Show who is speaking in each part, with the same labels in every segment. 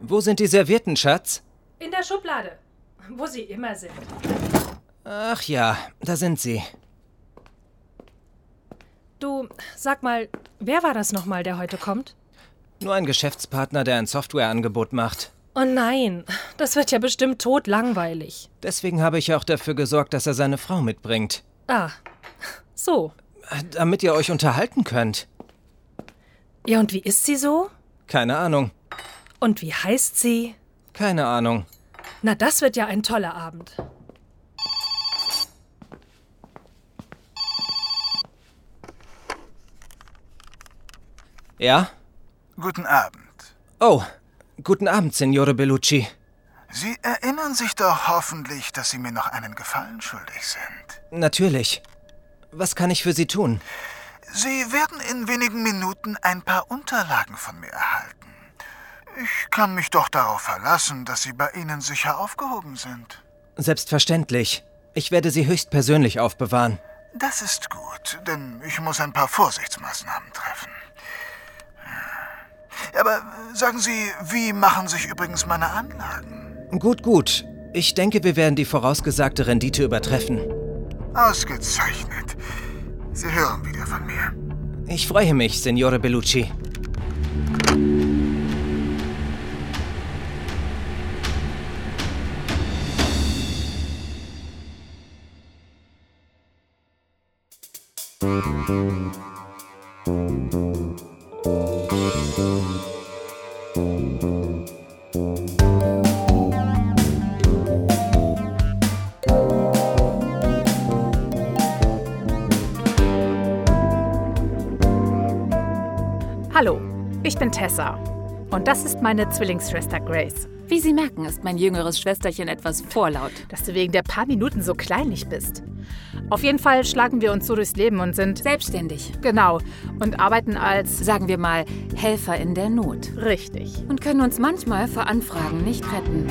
Speaker 1: Wo sind die Servietten, Schatz?
Speaker 2: In der Schublade, wo sie immer sind.
Speaker 1: Ach ja, da sind sie.
Speaker 2: Du, sag mal, wer war das nochmal, der heute kommt?
Speaker 1: Nur ein Geschäftspartner, der ein Softwareangebot macht.
Speaker 2: Oh nein, das wird ja bestimmt totlangweilig.
Speaker 1: Deswegen habe ich auch dafür gesorgt, dass er seine Frau mitbringt.
Speaker 2: Ah, so.
Speaker 1: Damit ihr euch unterhalten könnt.
Speaker 2: Ja, und wie ist sie so?
Speaker 1: Keine Ahnung.
Speaker 2: Und wie heißt sie?
Speaker 1: Keine Ahnung.
Speaker 2: Na, das wird ja ein toller Abend.
Speaker 1: Ja?
Speaker 3: Guten Abend.
Speaker 1: Oh, guten Abend, Signore Bellucci.
Speaker 3: Sie erinnern sich doch hoffentlich, dass Sie mir noch einen Gefallen schuldig sind.
Speaker 1: Natürlich. Was kann ich für Sie tun?
Speaker 3: Sie werden in wenigen Minuten ein paar Unterlagen von mir erhalten. Ich kann mich doch darauf verlassen, dass Sie bei Ihnen sicher aufgehoben sind.
Speaker 1: Selbstverständlich. Ich werde sie höchstpersönlich aufbewahren.
Speaker 3: Das ist gut, denn ich muss ein paar Vorsichtsmaßnahmen treffen. Aber sagen Sie, wie machen sich übrigens meine Anlagen?
Speaker 1: Gut, gut. Ich denke, wir werden die vorausgesagte Rendite übertreffen.
Speaker 3: Ausgezeichnet. Sie hören wieder von mir.
Speaker 1: Ich freue mich, Signore Bellucci.
Speaker 4: Hallo, ich bin Tessa. Und das ist meine Zwillingsschwester Grace.
Speaker 5: Wie Sie merken, ist mein jüngeres Schwesterchen etwas vorlaut.
Speaker 4: Dass du wegen der paar Minuten so kleinlich bist. Auf jeden Fall schlagen wir uns so durchs Leben und sind.
Speaker 5: Selbstständig,
Speaker 4: Genau. Und arbeiten als.
Speaker 5: sagen wir mal, Helfer in der Not.
Speaker 4: Richtig.
Speaker 5: Und können uns manchmal vor Anfragen nicht retten.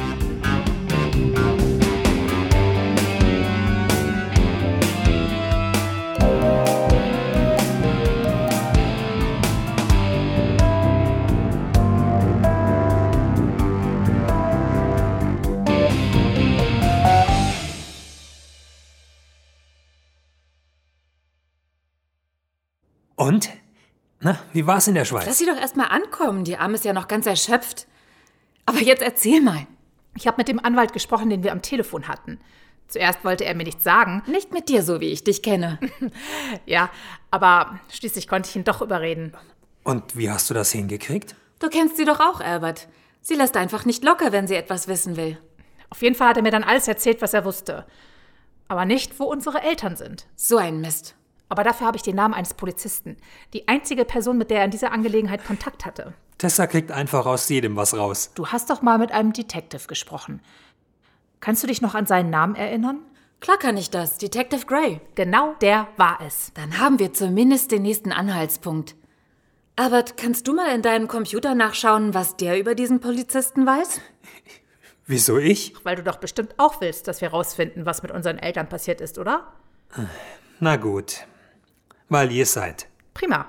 Speaker 6: Und? Na, wie war's in der Schweiz?
Speaker 5: Lass sie doch erstmal ankommen. Die Arme ist ja noch ganz erschöpft. Aber jetzt erzähl mal.
Speaker 4: Ich habe mit dem Anwalt gesprochen, den wir am Telefon hatten. Zuerst wollte er mir nichts sagen.
Speaker 5: Nicht mit dir, so wie ich dich kenne.
Speaker 4: Ja, aber schließlich konnte ich ihn doch überreden.
Speaker 6: Und wie hast du das hingekriegt?
Speaker 5: Du kennst sie doch auch, Albert. Sie lässt einfach nicht locker, wenn sie etwas wissen will.
Speaker 4: Auf jeden Fall hat er mir dann alles erzählt, was er wusste. Aber nicht, wo unsere Eltern sind.
Speaker 5: So ein Mist.
Speaker 4: Aber dafür habe ich den Namen eines Polizisten. Die einzige Person, mit der er in dieser Angelegenheit Kontakt hatte.
Speaker 6: Tessa kriegt einfach aus jedem was raus.
Speaker 4: Du hast doch mal mit einem Detective gesprochen. Kannst du dich noch an seinen Namen erinnern?
Speaker 5: Klar kann ich das, Detective Gray.
Speaker 4: Genau der war es.
Speaker 5: Dann haben wir zumindest den nächsten Anhaltspunkt. Albert, kannst du mal in deinem Computer nachschauen, was der über diesen Polizisten weiß?
Speaker 6: Wieso ich?
Speaker 4: Weil du doch bestimmt auch willst, dass wir rausfinden, was mit unseren Eltern passiert ist, oder?
Speaker 6: Na gut. Weil ihr seid.
Speaker 4: Prima.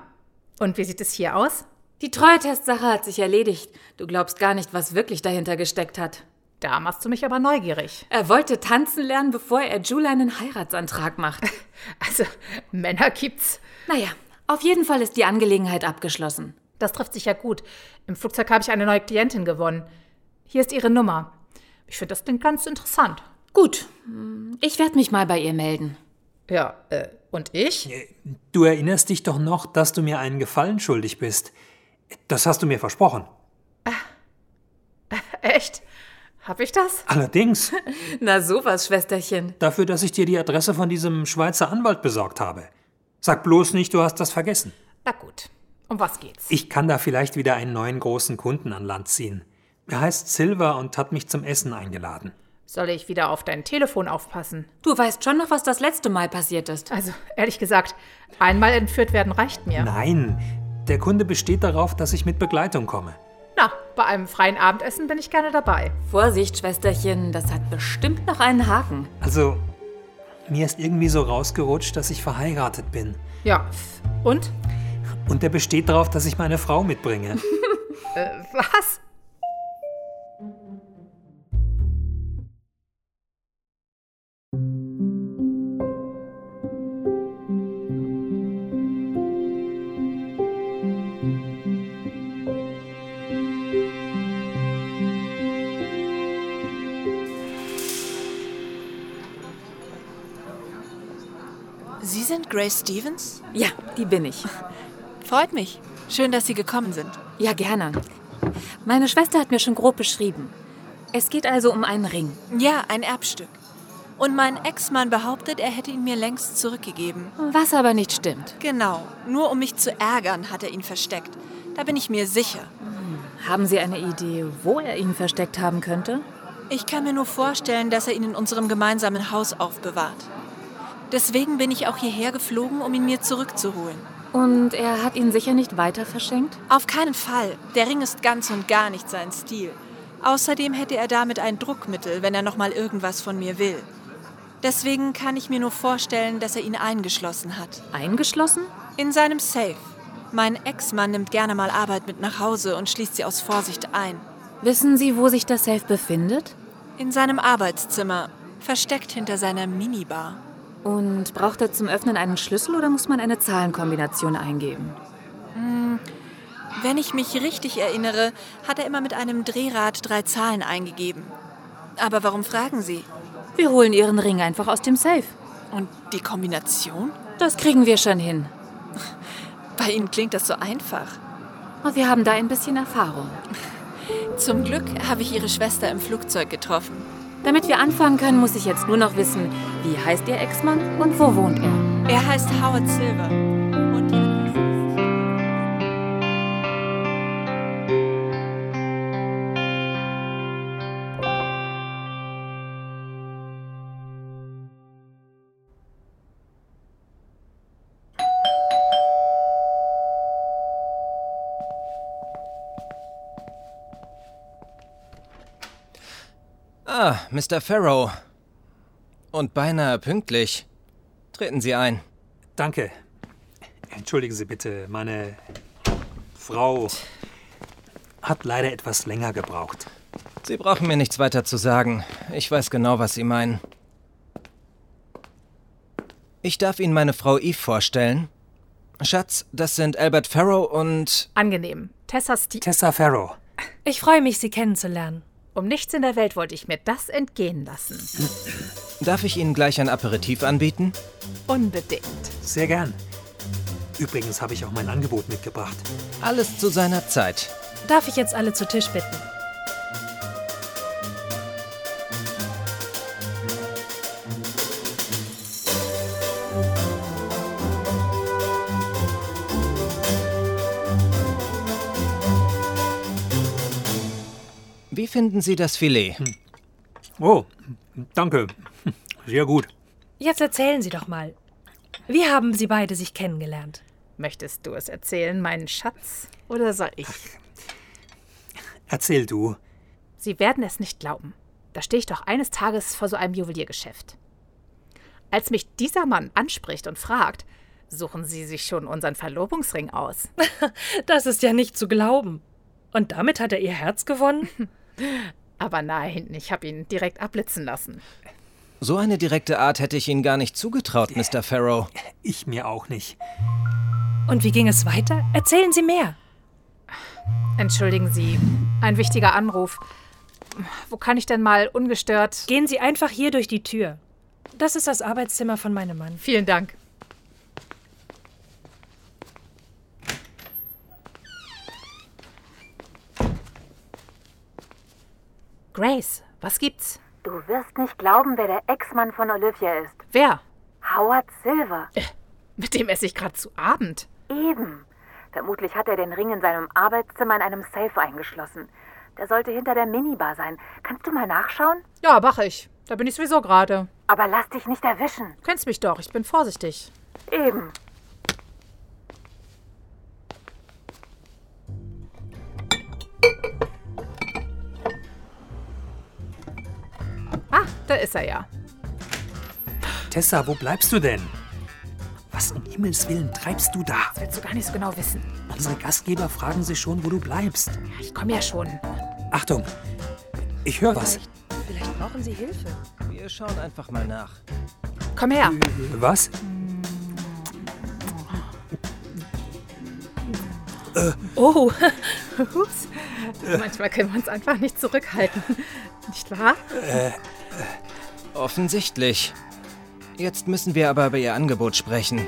Speaker 4: Und wie sieht es hier aus?
Speaker 5: Die Treue-Test-Sache hat sich erledigt. Du glaubst gar nicht, was wirklich dahinter gesteckt hat.
Speaker 4: Da machst du mich aber neugierig.
Speaker 5: Er wollte tanzen lernen, bevor er Julia einen Heiratsantrag macht.
Speaker 4: Also, Männer gibt's.
Speaker 5: naja, auf jeden Fall ist die Angelegenheit abgeschlossen.
Speaker 4: Das trifft sich ja gut. Im Flugzeug habe ich eine neue Klientin gewonnen. Hier ist ihre Nummer. Ich finde das klingt ganz interessant.
Speaker 5: Gut, ich werde mich mal bei ihr melden.
Speaker 4: Ja, äh, und ich?
Speaker 6: Du erinnerst dich doch noch, dass du mir einen Gefallen schuldig bist. Das hast du mir versprochen.
Speaker 4: Echt? Hab ich das?
Speaker 6: Allerdings,
Speaker 5: Na sowas, Schwesterchen.
Speaker 6: dafür, dass ich dir die Adresse von diesem Schweizer Anwalt besorgt habe. Sag bloß nicht, du hast das vergessen.
Speaker 4: Na gut. Um was geht's?
Speaker 6: Ich kann da vielleicht wieder einen neuen großen Kunden an Land ziehen. Er heißt Silver und hat mich zum Essen eingeladen.
Speaker 4: Soll ich wieder auf dein Telefon aufpassen?
Speaker 5: Du weißt schon noch, was das letzte Mal passiert ist.
Speaker 4: Also, ehrlich gesagt, einmal entführt werden reicht mir.
Speaker 6: Nein, der Kunde besteht darauf, dass ich mit Begleitung komme.
Speaker 4: Na, bei einem freien Abendessen bin ich gerne dabei.
Speaker 5: Vorsicht, Schwesterchen, das hat bestimmt noch einen Haken.
Speaker 6: Also, mir ist irgendwie so rausgerutscht, dass ich verheiratet bin.
Speaker 4: Ja. pf. Und?
Speaker 6: Und der besteht darauf, dass ich meine Frau mitbringe.
Speaker 4: Äh, was?
Speaker 7: Sie sind Grace Stevens?
Speaker 5: Ja, die bin ich.
Speaker 7: Freut mich. Schön, dass Sie gekommen sind.
Speaker 5: Ja, gerne. Meine Schwester hat mir schon grob beschrieben. Es geht also um einen Ring.
Speaker 7: Ja, ein Erbstück. Und mein Ex-Mann behauptet, er hätte ihn mir längst zurückgegeben.
Speaker 5: Was aber nicht stimmt.
Speaker 7: Genau, nur um mich zu ärgern, hat er ihn versteckt. Da bin ich mir sicher.
Speaker 5: Haben Sie eine Idee, wo er ihn versteckt haben könnte?
Speaker 7: Ich kann mir nur vorstellen, dass er ihn in unserem gemeinsamen Haus aufbewahrt. Deswegen bin ich auch hierher geflogen, um ihn mir zurückzuholen.
Speaker 5: Und er hat ihn sicher nicht weiter verschenkt?
Speaker 7: Auf keinen Fall. Der Ring ist ganz und gar nicht sein Stil. Außerdem hätte er damit ein Druckmittel, wenn er noch mal irgendwas von mir will. Deswegen kann ich mir nur vorstellen, dass er ihn eingeschlossen hat.
Speaker 5: Eingeschlossen?
Speaker 7: In seinem Safe. Mein Ex-Mann nimmt gerne mal Arbeit mit nach Hause und schließt sie aus Vorsicht ein.
Speaker 5: Wissen Sie, wo sich das Safe befindet?
Speaker 7: In seinem Arbeitszimmer, versteckt hinter seiner Minibar.
Speaker 5: Und braucht er zum Öffnen einen Schlüssel oder muss man eine Zahlenkombination eingeben?
Speaker 7: Wenn ich mich richtig erinnere, hat er immer mit einem Drehrad drei Zahlen eingegeben. Aber warum fragen Sie?
Speaker 5: Wir holen Ihren Ring einfach aus dem Safe.
Speaker 7: Und die Kombination?
Speaker 5: Das kriegen wir schon hin.
Speaker 7: Bei Ihnen klingt das so einfach.
Speaker 5: Und wir haben da ein bisschen Erfahrung.
Speaker 7: Zum Glück habe ich Ihre Schwester im Flugzeug getroffen.
Speaker 5: Damit wir anfangen können, muss ich jetzt nur noch wissen, wie heißt Ihr Ex-Mann und wo wohnt er?
Speaker 7: Er heißt Howard Silver. Und die
Speaker 1: Ah, Mr. Farrow. Und beinahe pünktlich. Treten Sie ein.
Speaker 6: Danke. Entschuldigen Sie bitte, meine Frau hat leider etwas länger gebraucht.
Speaker 1: Sie brauchen mir nichts weiter zu sagen. Ich weiß genau, was Sie meinen. Ich darf Ihnen meine Frau Eve vorstellen. Schatz, das sind Albert Farrow und...
Speaker 4: Angenehm. Tessa Steve.
Speaker 6: Tessa Farrow.
Speaker 2: Ich freue mich, Sie kennenzulernen.
Speaker 4: Um nichts in der Welt wollte ich mir das entgehen lassen.
Speaker 1: Darf ich Ihnen gleich ein Aperitif anbieten?
Speaker 4: Unbedingt.
Speaker 6: Sehr gern. Übrigens habe ich auch mein Angebot mitgebracht.
Speaker 1: Alles zu seiner Zeit.
Speaker 2: Darf ich jetzt alle zu Tisch bitten?
Speaker 1: Wie finden Sie das Filet?
Speaker 6: Oh, danke. Sehr gut.
Speaker 2: Jetzt erzählen Sie doch mal. Wie haben Sie beide sich kennengelernt?
Speaker 4: Möchtest du es erzählen, meinen Schatz? Oder soll ich?
Speaker 6: Erzähl du.
Speaker 4: Sie werden es nicht glauben. Da stehe ich doch eines Tages vor so einem Juweliergeschäft. Als mich dieser Mann anspricht und fragt, suchen Sie sich schon unseren Verlobungsring aus?
Speaker 2: Das ist ja nicht zu glauben. Und damit hat er Ihr Herz gewonnen?
Speaker 4: Aber nein, ich habe ihn direkt abblitzen lassen.
Speaker 1: So eine direkte Art hätte ich Ihnen gar nicht zugetraut, Mr. Farrow.
Speaker 6: Ich mir auch nicht.
Speaker 2: Und wie ging es weiter? Erzählen Sie mehr.
Speaker 4: Entschuldigen Sie, ein wichtiger Anruf. Wo kann ich denn mal ungestört?
Speaker 2: Gehen Sie einfach hier durch die Tür. Das ist das Arbeitszimmer von meinem Mann.
Speaker 4: Vielen Dank. Grace, was gibt's?
Speaker 8: Du wirst nicht glauben, wer der Ex-Mann von Olivia ist.
Speaker 4: Wer?
Speaker 8: Howard Silver.
Speaker 4: Mit dem esse ich gerade zu Abend.
Speaker 8: Eben. Vermutlich hat er den Ring in seinem Arbeitszimmer in einem Safe eingeschlossen. Der sollte hinter der Minibar sein. Kannst du mal nachschauen?
Speaker 4: Ja, mach ich. Da bin ich sowieso gerade.
Speaker 8: Aber lass dich nicht erwischen.
Speaker 4: Du kennst mich doch, ich bin vorsichtig.
Speaker 8: Eben.
Speaker 4: Ah, da ist er ja.
Speaker 6: Tessa, wo bleibst du denn? Was um Himmels Willen treibst du da?
Speaker 4: Das willst du gar nicht so genau wissen.
Speaker 6: Unsere Gastgeber fragen sich schon, wo du bleibst.
Speaker 4: Ich komme ja schon.
Speaker 6: Achtung, ich höre was.
Speaker 2: Vielleicht brauchen Sie Hilfe.
Speaker 1: Wir schauen einfach mal nach.
Speaker 4: Komm her.
Speaker 6: Was?
Speaker 2: Oh,
Speaker 4: Ups. Manchmal können wir uns einfach nicht zurückhalten. Nicht wahr?
Speaker 1: Offensichtlich. Jetzt müssen wir aber über Ihr Angebot sprechen.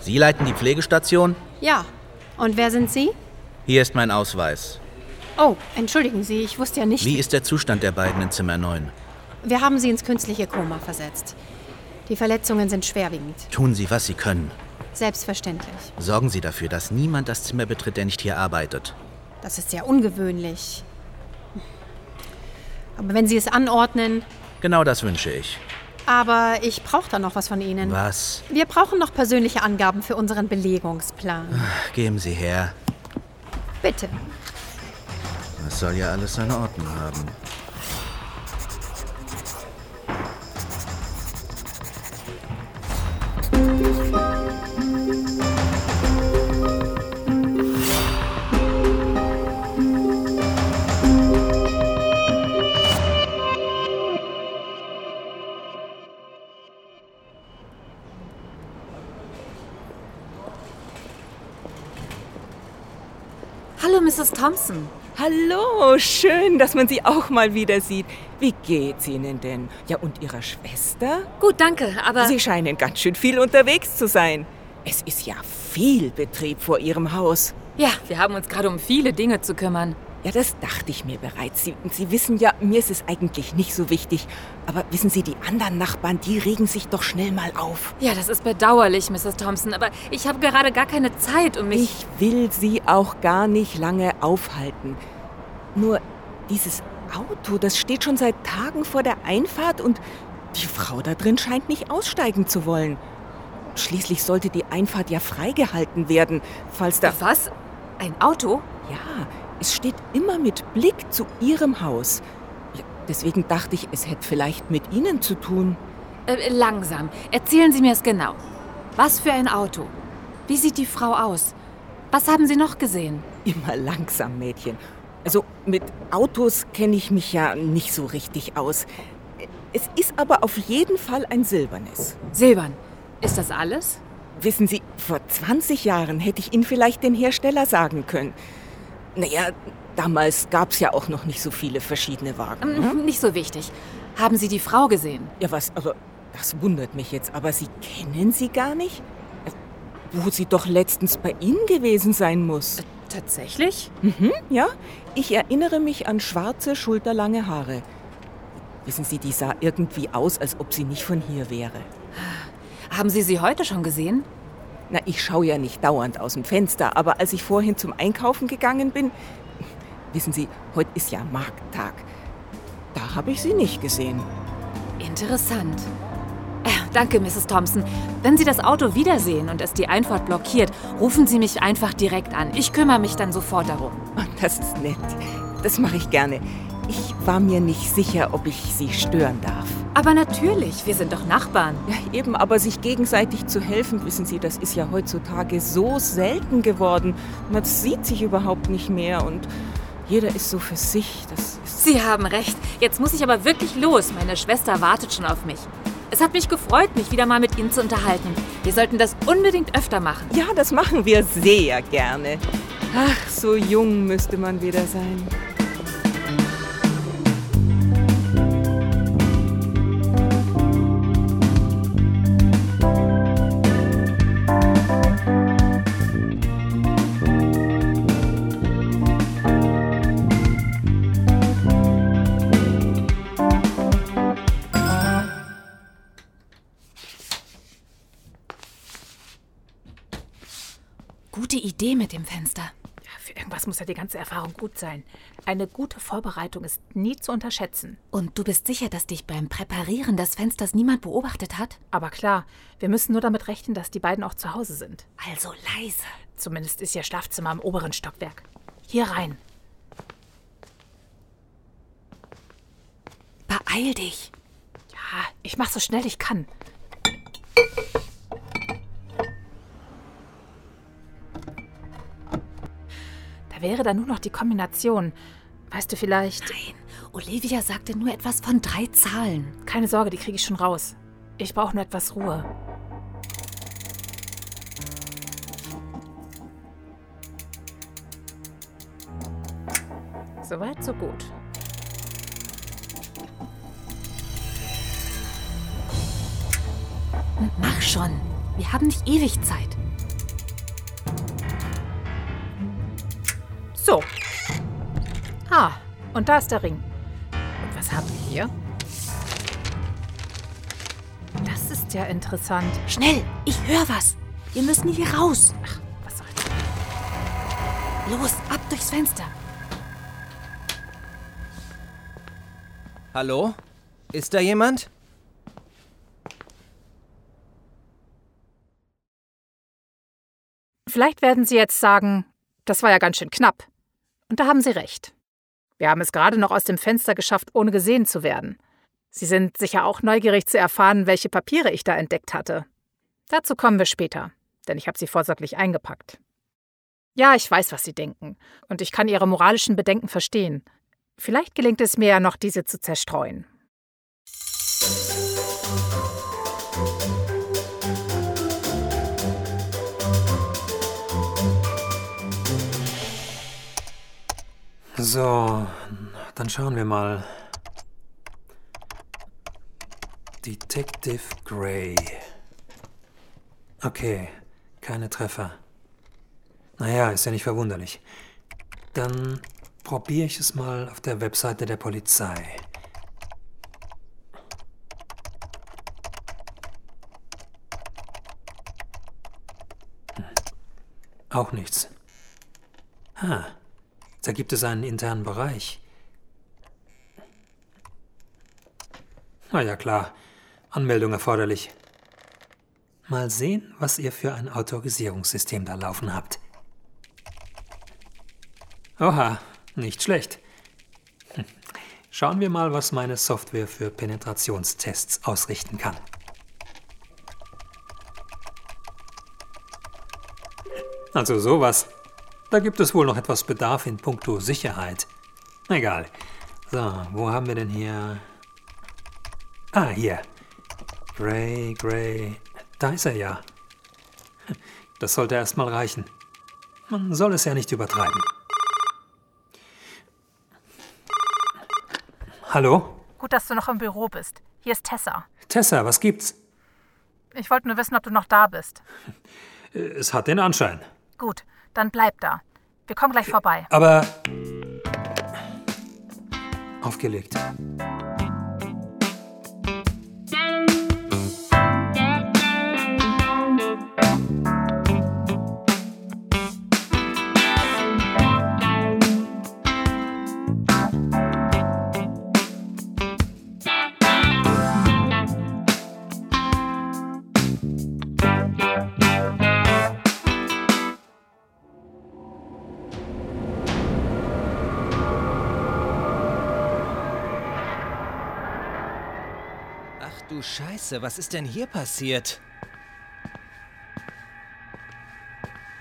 Speaker 9: Sie leiten die Pflegestation?
Speaker 10: Ja. Und wer sind Sie?
Speaker 9: Hier ist mein Ausweis.
Speaker 10: Oh, entschuldigen Sie, ich wusste ja nicht.
Speaker 9: Wie ist der Zustand der beiden in Zimmer 9?
Speaker 10: Wir haben Sie ins künstliche Koma versetzt. Die Verletzungen sind schwerwiegend.
Speaker 9: Tun Sie, was Sie können.
Speaker 10: Selbstverständlich.
Speaker 9: Sorgen Sie dafür, dass niemand das Zimmer betritt, der nicht hier arbeitet.
Speaker 10: Das ist sehr ungewöhnlich. Aber wenn Sie es anordnen.
Speaker 9: Genau das wünsche ich.
Speaker 10: Aber ich brauche da noch was von Ihnen.
Speaker 9: Was?
Speaker 10: Wir brauchen noch persönliche Angaben für unseren Belegungsplan.
Speaker 9: Geben Sie her.
Speaker 10: Bitte.
Speaker 9: Das soll ja alles seine Ordnung haben.
Speaker 5: Hallo, Mrs. Thompson.
Speaker 7: Hallo, schön, dass man Sie auch mal wieder sieht. Wie geht's Ihnen denn? Ja, und Ihrer Schwester?
Speaker 5: Gut, danke, aber.
Speaker 7: Sie scheinen ganz schön viel unterwegs zu sein. Es ist ja viel Betrieb vor Ihrem Haus.
Speaker 5: Ja, wir haben uns gerade um viele Dinge zu kümmern.
Speaker 7: Ja, das dachte ich mir bereits. Sie, Sie wissen ja, mir ist es eigentlich nicht so wichtig. Aber wissen Sie, die anderen Nachbarn, die regen sich doch schnell mal auf.
Speaker 5: Ja, das ist bedauerlich, Mrs. Thompson, aber ich habe gerade gar keine Zeit, um mich.
Speaker 7: Ich will Sie auch gar nicht lange aufhalten. Nur dieses Auto, das steht schon seit Tagen vor der Einfahrt und die Frau da drin scheint nicht aussteigen zu wollen. Schließlich sollte die Einfahrt ja freigehalten werden, falls da...
Speaker 5: Was? Ein Auto?
Speaker 7: Ja, es steht immer mit Blick zu Ihrem Haus. Ja, Deswegen dachte ich, es hätte vielleicht mit Ihnen zu tun.
Speaker 5: Äh, langsam. Erzählen Sie mir es genau. Was für ein Auto? Wie sieht die Frau aus? Was haben Sie noch gesehen?
Speaker 7: Immer langsam, Mädchen. Also mit Autos kenne ich mich ja nicht so richtig aus. Es ist aber auf jeden Fall ein silbernes.
Speaker 5: Silbern. Ist das alles?
Speaker 7: Wissen Sie, vor 20 Jahren hätte ich Ihnen vielleicht den Hersteller sagen können. Naja, damals gab es ja auch noch nicht so viele verschiedene Wagen.
Speaker 5: Ähm, Nicht so wichtig. Haben Sie die Frau gesehen?
Speaker 7: Ja, was, aber das wundert mich jetzt. Aber Sie kennen sie gar nicht? Äh, Wo sie doch letztens bei Ihnen gewesen sein muss.
Speaker 11: Tatsächlich?
Speaker 7: Mhm, ja. Ich erinnere mich an schwarze, schulterlange Haare. Wissen Sie, die sah irgendwie aus, als ob sie nicht von hier wäre.
Speaker 5: Haben Sie sie heute schon gesehen?
Speaker 7: Na, ich schaue ja nicht dauernd aus dem Fenster, aber als ich vorhin zum Einkaufen gegangen bin, wissen Sie, heute ist ja Markttag. Da habe ich sie nicht gesehen.
Speaker 5: Interessant. Äh, Danke, Mrs. Thompson. Wenn Sie das Auto wiedersehen und es die Einfahrt blockiert, rufen Sie mich einfach direkt an. Ich kümmere mich dann sofort darum.
Speaker 7: Oh, Das ist nett. Das mache ich gerne. Ich war mir nicht sicher, ob ich Sie stören darf.
Speaker 5: Aber natürlich, wir sind doch Nachbarn.
Speaker 7: Ja, eben, aber sich gegenseitig zu helfen, wissen Sie, das ist ja heutzutage so selten geworden. Man sieht sich überhaupt nicht mehr und jeder ist so für sich. Das ist
Speaker 5: Sie haben recht. Jetzt muss ich aber wirklich los. Meine Schwester wartet schon auf mich. Es hat mich gefreut, mich wieder mal mit Ihnen zu unterhalten. Wir sollten das unbedingt öfter machen.
Speaker 7: ja, das machen wir sehr gerne. Ach, so jung müsste man wieder sein.
Speaker 5: Gute Idee mit dem Fenster.
Speaker 4: Für irgendwas muss ja die ganze Erfahrung gut sein. Eine gute Vorbereitung ist nie zu unterschätzen.
Speaker 5: Und du bist sicher, dass dich beim Präparieren des Fensters niemand beobachtet hat?
Speaker 4: Aber klar, wir müssen nur damit rechnen, dass die beiden auch zu Hause sind.
Speaker 5: Also leise.
Speaker 4: Zumindest ist ihr Schlafzimmer im oberen Stockwerk. Hier rein.
Speaker 5: Beeil dich.
Speaker 4: Ja, ich mach so schnell ich kann. Da wäre dann nur noch die Kombination. Weißt du vielleicht.
Speaker 5: Nein, Olivia sagte nur etwas von drei Zahlen.
Speaker 4: Keine Sorge, die kriege ich schon raus. Ich brauche nur etwas Ruhe. Soweit, so gut.
Speaker 5: Mach schon. Wir haben eh nicht ewig Zeit.
Speaker 4: So. Ah, und da ist der Ring. Und was haben wir hier? Das ist ja interessant.
Speaker 5: Schnell, ich höre was. Wir müssen hier raus.
Speaker 4: Ach, was soll's.
Speaker 5: Los, ab durchs Fenster.
Speaker 1: Hallo? Ist da jemand?
Speaker 4: Vielleicht werden Sie jetzt sagen, das war ja ganz schön knapp. Und da haben Sie recht. Wir haben es gerade noch aus dem Fenster geschafft, ohne gesehen zu werden. Sie sind sicher auch neugierig zu erfahren, welche Papiere ich da entdeckt hatte. Dazu kommen wir später, denn ich habe sie vorsorglich eingepackt. Ja, ich weiß, was Sie denken, und ich kann Ihre moralischen Bedenken verstehen. Vielleicht gelingt es mir ja noch, diese zu zerstreuen.
Speaker 6: So, dann schauen wir mal. Detective Gray. Okay, keine Treffer. Naja, ist ja nicht verwunderlich. Dann probiere ich es mal auf der Webseite der Polizei. Hm. Auch nichts. Ah. Da gibt es einen internen Bereich. Na ja, klar. Anmeldung erforderlich. Mal sehen, was ihr für ein Autorisierungssystem da laufen habt. Oha, nicht schlecht. Schauen wir mal, was meine Software für Penetrationstests ausrichten kann. Also sowas. Da gibt es wohl noch etwas Bedarf in puncto Sicherheit. Egal. So, wo haben wir denn hier? Ah, hier. Gray, Gray. Da ist er ja. Das sollte erstmal reichen. Man soll es ja nicht übertreiben. Hallo?
Speaker 4: Gut, dass du noch im Büro bist. Hier ist Tessa.
Speaker 6: Tessa, was gibt's?
Speaker 4: Ich wollte nur wissen, ob du noch da bist.
Speaker 6: Es hat den Anschein.
Speaker 4: Gut. Dann bleib da. Wir kommen gleich vorbei.
Speaker 6: Aber. Aufgelegt.
Speaker 1: Du Scheiße, was ist denn hier passiert?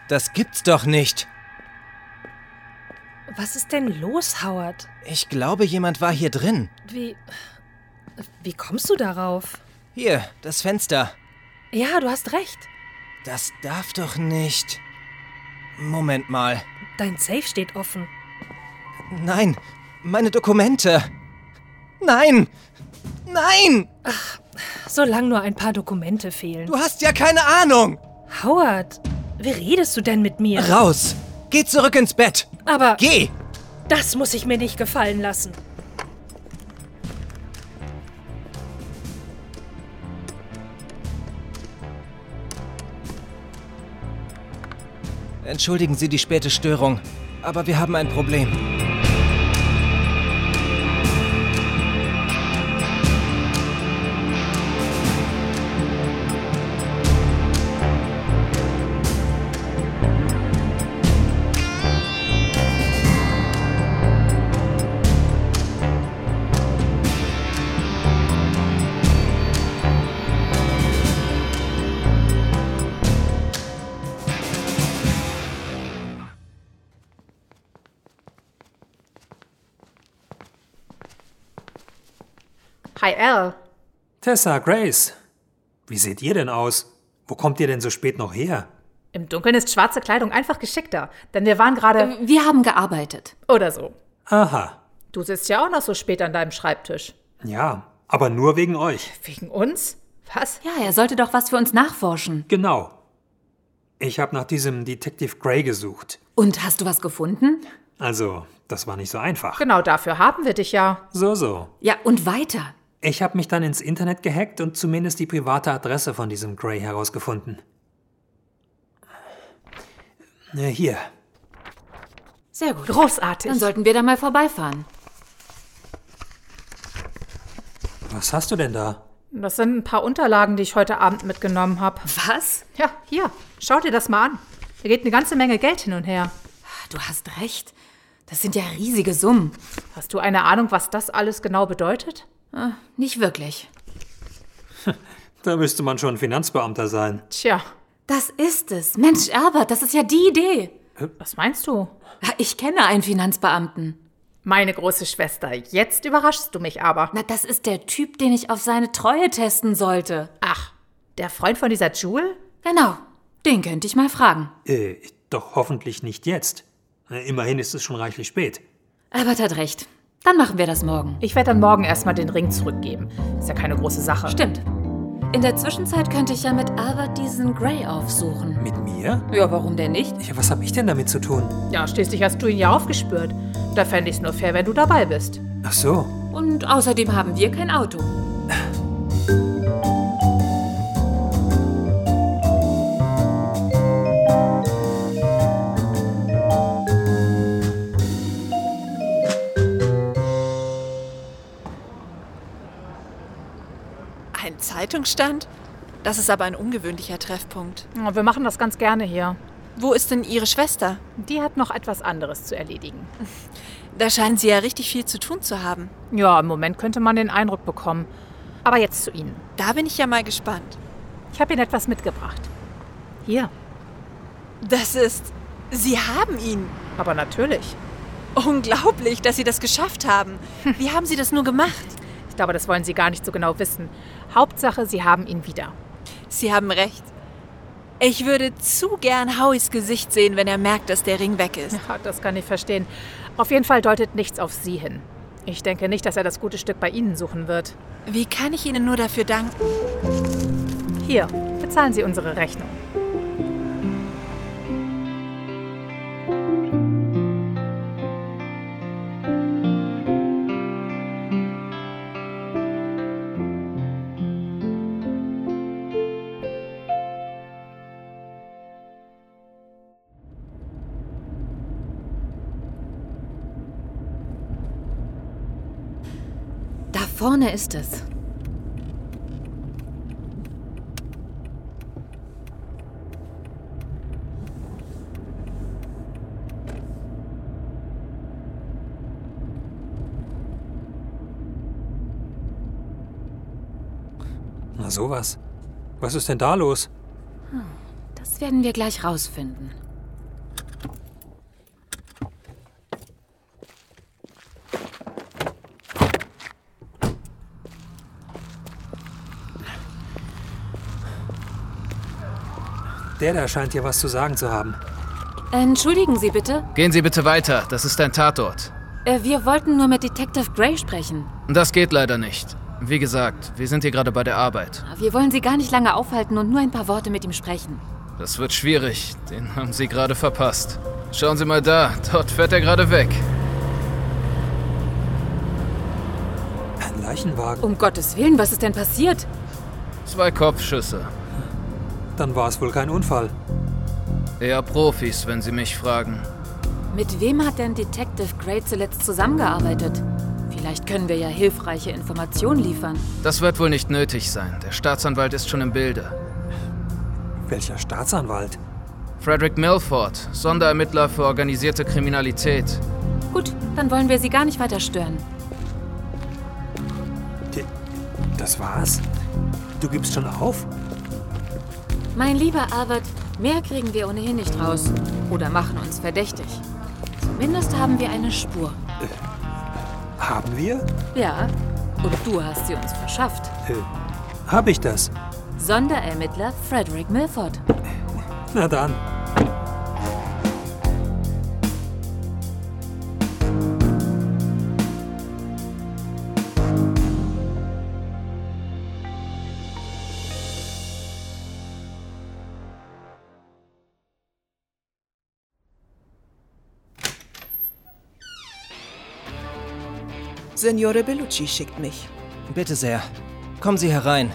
Speaker 1: Das gibt's doch nicht.
Speaker 2: Was ist denn los, Howard?
Speaker 1: Ich glaube, jemand war hier drin.
Speaker 2: Wie. Wie kommst du darauf?
Speaker 1: Hier, das Fenster.
Speaker 2: Ja, du hast recht.
Speaker 1: Das darf doch nicht. Moment mal.
Speaker 2: Dein Safe steht offen.
Speaker 1: Nein, meine Dokumente. Nein! Nein!
Speaker 2: Ach, solange nur ein paar Dokumente fehlen.
Speaker 1: Du hast ja keine Ahnung!
Speaker 2: Howard, wie redest du denn mit mir?
Speaker 1: Raus! Geh zurück ins Bett!
Speaker 2: Aber.
Speaker 1: Geh!
Speaker 2: Das muss ich mir nicht gefallen lassen.
Speaker 1: Entschuldigen Sie die späte Störung. Aber wir haben ein Problem.
Speaker 4: Hi, Al.
Speaker 6: Tessa, Grace, wie seht ihr denn aus? Wo kommt ihr denn so spät noch her?
Speaker 4: Im Dunkeln ist schwarze Kleidung einfach geschickter, denn wir waren gerade.
Speaker 5: Äh, Wir haben gearbeitet.
Speaker 4: Oder so.
Speaker 6: Aha,
Speaker 4: Du sitzt ja auch noch so spät an deinem Schreibtisch.
Speaker 6: ja, aber nur wegen euch.
Speaker 4: Wegen uns? Was?
Speaker 5: Ja, er sollte doch was für uns nachforschen.
Speaker 6: Genau. Ich habe nach diesem Detective Gray gesucht.
Speaker 5: Und hast du was gefunden?
Speaker 6: Also, das war nicht so einfach.
Speaker 4: Genau dafür haben wir dich ja.
Speaker 6: So, so.
Speaker 5: Ja, und weiter.
Speaker 6: Ich habe mich dann ins Internet gehackt und zumindest die private Adresse von diesem Gray herausgefunden. Ja, Äh, hier.
Speaker 5: Sehr gut.
Speaker 4: Großartig.
Speaker 5: Dann sollten wir da mal vorbeifahren.
Speaker 6: Was hast du denn da?
Speaker 4: Das sind ein paar Unterlagen, die ich heute Abend mitgenommen habe.
Speaker 5: Was?
Speaker 4: Ja, hier. Schau dir das mal an. Da geht eine ganze Menge Geld hin und her.
Speaker 5: Ah, Du hast recht. Das sind ja riesige Summen.
Speaker 4: Hast du eine Ahnung, was das alles genau bedeutet?
Speaker 5: Äh, nicht wirklich.
Speaker 6: Da müsste man schon Finanzbeamter sein.
Speaker 4: Tja,
Speaker 5: Das ist es. Mensch, Albert, das ist ja die Idee. Ah,
Speaker 4: was meinst du?
Speaker 5: Ich kenne einen Finanzbeamten.
Speaker 4: Meine große Schwester, jetzt überraschst du mich aber.
Speaker 5: Na, das ist der Typ, den ich auf seine Treue testen sollte.
Speaker 4: Ach, der Freund von dieser Jewel?
Speaker 5: Genau. Den könnte ich mal fragen.
Speaker 6: Äh, doch hoffentlich nicht jetzt. Äh, Immerhin ist es schon reichlich spät.
Speaker 5: Albert hat recht. Dann machen wir das morgen.
Speaker 4: Ich werde dann morgen erstmal den Ring zurückgeben. Ist ja keine große Sache.
Speaker 5: Stimmt. In der Zwischenzeit könnte ich ja mit Albert diesen Gray aufsuchen.
Speaker 6: Mit mir?
Speaker 5: Ja, warum denn nicht?
Speaker 6: Ja, was habe ich denn damit zu tun?
Speaker 4: Ja, schließlich hast du ihn ja aufgespürt. Da fände ich es nur fair, wenn du dabei bist.
Speaker 6: Ach so.
Speaker 5: Und außerdem haben wir kein Auto.
Speaker 7: Ein Zeitungsstand? Das ist aber ein ungewöhnlicher Treffpunkt.
Speaker 4: Ja, Wir machen das ganz gerne hier.
Speaker 7: Wo ist denn Ihre Schwester?
Speaker 4: Die hat noch etwas anderes zu erledigen.
Speaker 7: Da scheinen Sie ja richtig viel zu tun zu haben.
Speaker 4: Ja, im Moment könnte man den Eindruck bekommen. Aber jetzt zu Ihnen.
Speaker 7: Da bin ich ja mal gespannt.
Speaker 4: Ich habe Ihnen etwas mitgebracht. Hier.
Speaker 7: Das ist. Sie haben ihn.
Speaker 4: Aber natürlich.
Speaker 7: Unglaublich, dass Sie das geschafft haben. Wie haben Sie das nur gemacht?
Speaker 4: Ich glaube, das wollen Sie gar nicht so genau wissen. Hauptsache, Sie haben ihn wieder.
Speaker 7: Sie haben recht. Ich würde zu gern Howies Gesicht sehen, wenn er merkt, dass der Ring weg ist.
Speaker 4: Ja, das kann ich verstehen. Auf jeden Fall deutet nichts auf Sie hin. Ich denke nicht, dass er das gute Stück bei Ihnen suchen wird.
Speaker 7: Wie kann ich Ihnen nur dafür danken?
Speaker 4: Hier, bezahlen Sie unsere Rechnung.
Speaker 5: Da vorne ist es.
Speaker 6: Na sowas. Was ist denn da los?
Speaker 5: Das werden wir gleich rausfinden.
Speaker 6: Der da scheint hier was zu sagen zu haben.
Speaker 5: Entschuldigen Sie bitte.
Speaker 9: Gehen Sie bitte weiter, das ist ein Tatort.
Speaker 5: Äh, Wir wollten nur mit Detective Gray sprechen.
Speaker 9: Das geht leider nicht. Wie gesagt, wir sind hier gerade bei der Arbeit.
Speaker 5: Wir wollen Sie gar nicht lange aufhalten und nur ein paar Worte mit ihm sprechen.
Speaker 9: Das wird schwierig, den haben Sie gerade verpasst. Schauen Sie mal da, dort fährt er gerade weg.
Speaker 6: Ein Leichenwagen.
Speaker 5: Um Gottes Willen, was ist denn passiert?
Speaker 9: Zwei Kopfschüsse.
Speaker 6: Dann war es wohl kein Unfall.
Speaker 9: Eher Profis, wenn Sie mich fragen.
Speaker 5: Mit wem hat denn Detective Gray zuletzt zusammengearbeitet? Vielleicht können wir ja hilfreiche Informationen liefern.
Speaker 9: Das wird wohl nicht nötig sein. Der Staatsanwalt ist schon im Bilde.
Speaker 6: Welcher Staatsanwalt?
Speaker 9: Frederick Milford, Sonderermittler für organisierte Kriminalität.
Speaker 5: Gut, dann wollen wir sie gar nicht weiter stören.
Speaker 6: Das war's? Du gibst schon auf?
Speaker 5: Mein lieber Albert, mehr kriegen wir ohnehin nicht raus. Oder machen uns verdächtig. Zumindest haben wir eine Spur.
Speaker 6: Haben wir?
Speaker 5: Ja, und du hast sie uns verschafft.
Speaker 6: Äh, hab ich das?
Speaker 5: Sonderermittler Frederick Milford.
Speaker 6: Na dann.
Speaker 12: Signore Bellucci schickt mich.
Speaker 1: Bitte sehr. Kommen Sie herein.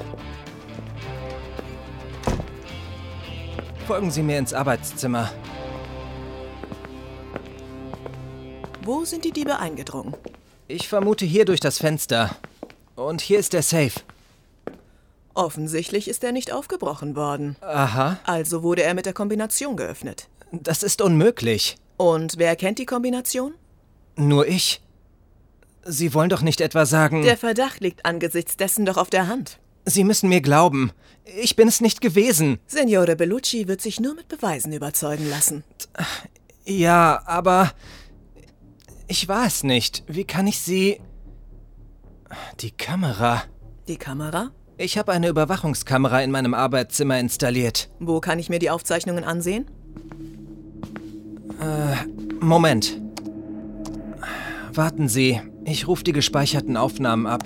Speaker 1: Folgen Sie mir ins Arbeitszimmer.
Speaker 12: Wo sind die Diebe eingedrungen?
Speaker 1: Ich vermute hier durch das Fenster. Und hier ist der Safe.
Speaker 12: Offensichtlich ist er nicht aufgebrochen worden.
Speaker 1: Aha.
Speaker 12: Also wurde er mit der Kombination geöffnet.
Speaker 1: Das ist unmöglich.
Speaker 12: Und wer kennt die Kombination?
Speaker 1: Nur ich. Sie wollen doch nicht etwa sagen.
Speaker 12: Der Verdacht liegt angesichts dessen doch auf der Hand.
Speaker 1: Sie müssen mir glauben. Ich bin es nicht gewesen.
Speaker 12: Signore Bellucci wird sich nur mit Beweisen überzeugen lassen.
Speaker 1: Ja, aber. Ich war es nicht. Wie kann ich Sie. Die Kamera.
Speaker 12: Die Kamera?
Speaker 1: Ich habe eine Überwachungskamera in meinem Arbeitszimmer installiert.
Speaker 12: Wo kann ich mir die Aufzeichnungen ansehen?
Speaker 1: Äh, Moment. Warten Sie, ich rufe die gespeicherten Aufnahmen ab.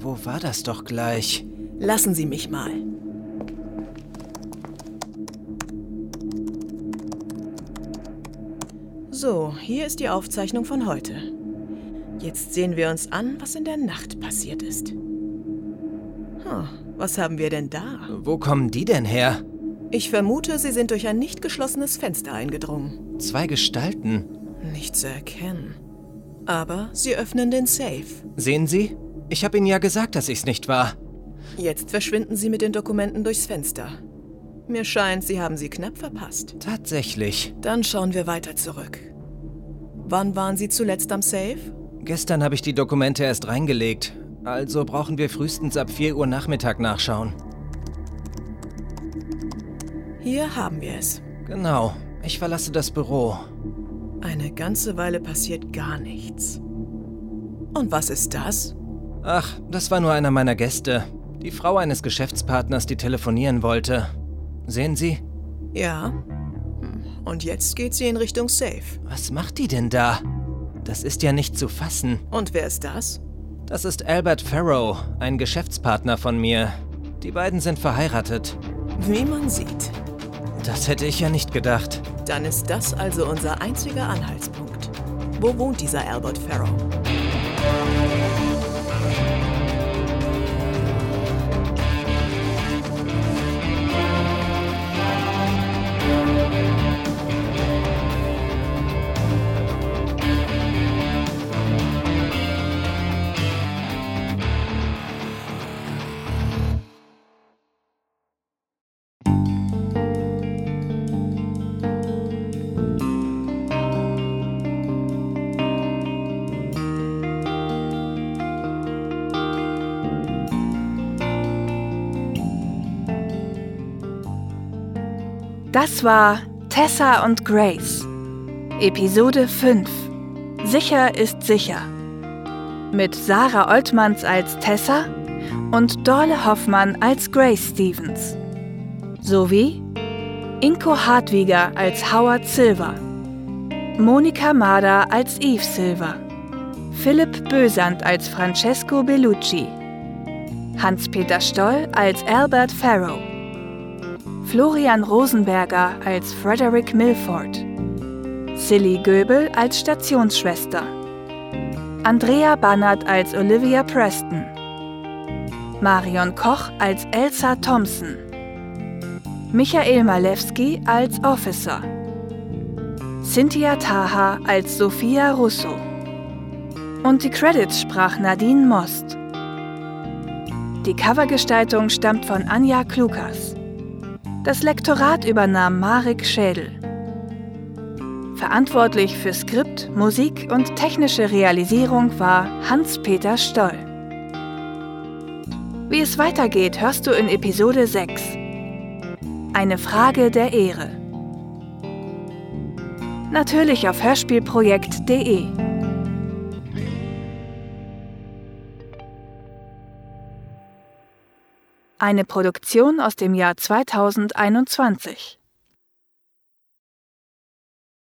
Speaker 1: Wo war das doch gleich?
Speaker 12: Lassen Sie mich mal. So, hier ist die Aufzeichnung von heute. Jetzt sehen wir uns an, was in der Nacht passiert ist. Hm, was haben wir denn da?
Speaker 1: Wo kommen die denn her?
Speaker 12: Ich vermute, sie sind durch ein nicht geschlossenes Fenster eingedrungen.
Speaker 1: Zwei Gestalten.
Speaker 12: Nicht zu erkennen. Aber sie öffnen den Safe.
Speaker 1: Sehen Sie? Ich habe Ihnen ja gesagt, dass ich's nicht war.
Speaker 12: Jetzt verschwinden Sie mit den Dokumenten durchs Fenster. Mir scheint, Sie haben sie knapp verpasst.
Speaker 1: Tatsächlich.
Speaker 12: Dann schauen wir weiter zurück. Wann waren Sie zuletzt am Safe?
Speaker 1: Gestern habe ich die Dokumente erst reingelegt. Also brauchen wir frühestens ab 4 Uhr Nachmittag nachschauen.
Speaker 12: Hier haben wir es.
Speaker 1: Genau. Ich verlasse das Büro.
Speaker 12: Eine ganze Weile passiert gar nichts. Und was ist das?
Speaker 1: Ach, das war nur einer meiner Gäste. Die Frau eines Geschäftspartners, die telefonieren wollte. Sehen Sie?
Speaker 12: Ja. Und jetzt geht sie in Richtung Safe.
Speaker 1: Was macht die denn da? Das ist ja nicht zu fassen.
Speaker 12: Und wer ist das?
Speaker 1: Das ist Albert Farrow, ein Geschäftspartner von mir. Die beiden sind verheiratet.
Speaker 12: Wie man sieht.
Speaker 1: Das hätte ich ja nicht gedacht.
Speaker 12: Dann ist das also unser einziger Anhaltspunkt. Wo wohnt dieser Albert Farrow?
Speaker 7: Das war Tessa und Grace. Episode 5. Sicher ist sicher. Mit Sarah Oltmanns als Tessa und Dorle Hoffmann als Grace Stevens. Sowie Inko Hartwiger als Howard Silver. Monika Mader als Eve Silver. Philipp Bösand als Francesco Bellucci. Hans-Peter Stoll als Albert Farrow. Florian Rosenberger als Frederick Milford, Silly Göbel als Stationsschwester, Andrea Bannert als Olivia Preston, Marion Koch als Elsa Thompson, Michael Malewski als Officer, Cynthia Taha als Sophia Russo. Und die Credits sprach Nadine Most. Die Covergestaltung stammt von Anja Klukas. Das Lektorat übernahm Marek Schädel. Verantwortlich für Skript, Musik und technische Realisierung war Hans-Peter Stoll. Wie es weitergeht, hörst du in Episode 6. Eine Frage der Ehre. Natürlich auf hörspielprojekt.de. Eine Produktion aus dem Jahr 2021.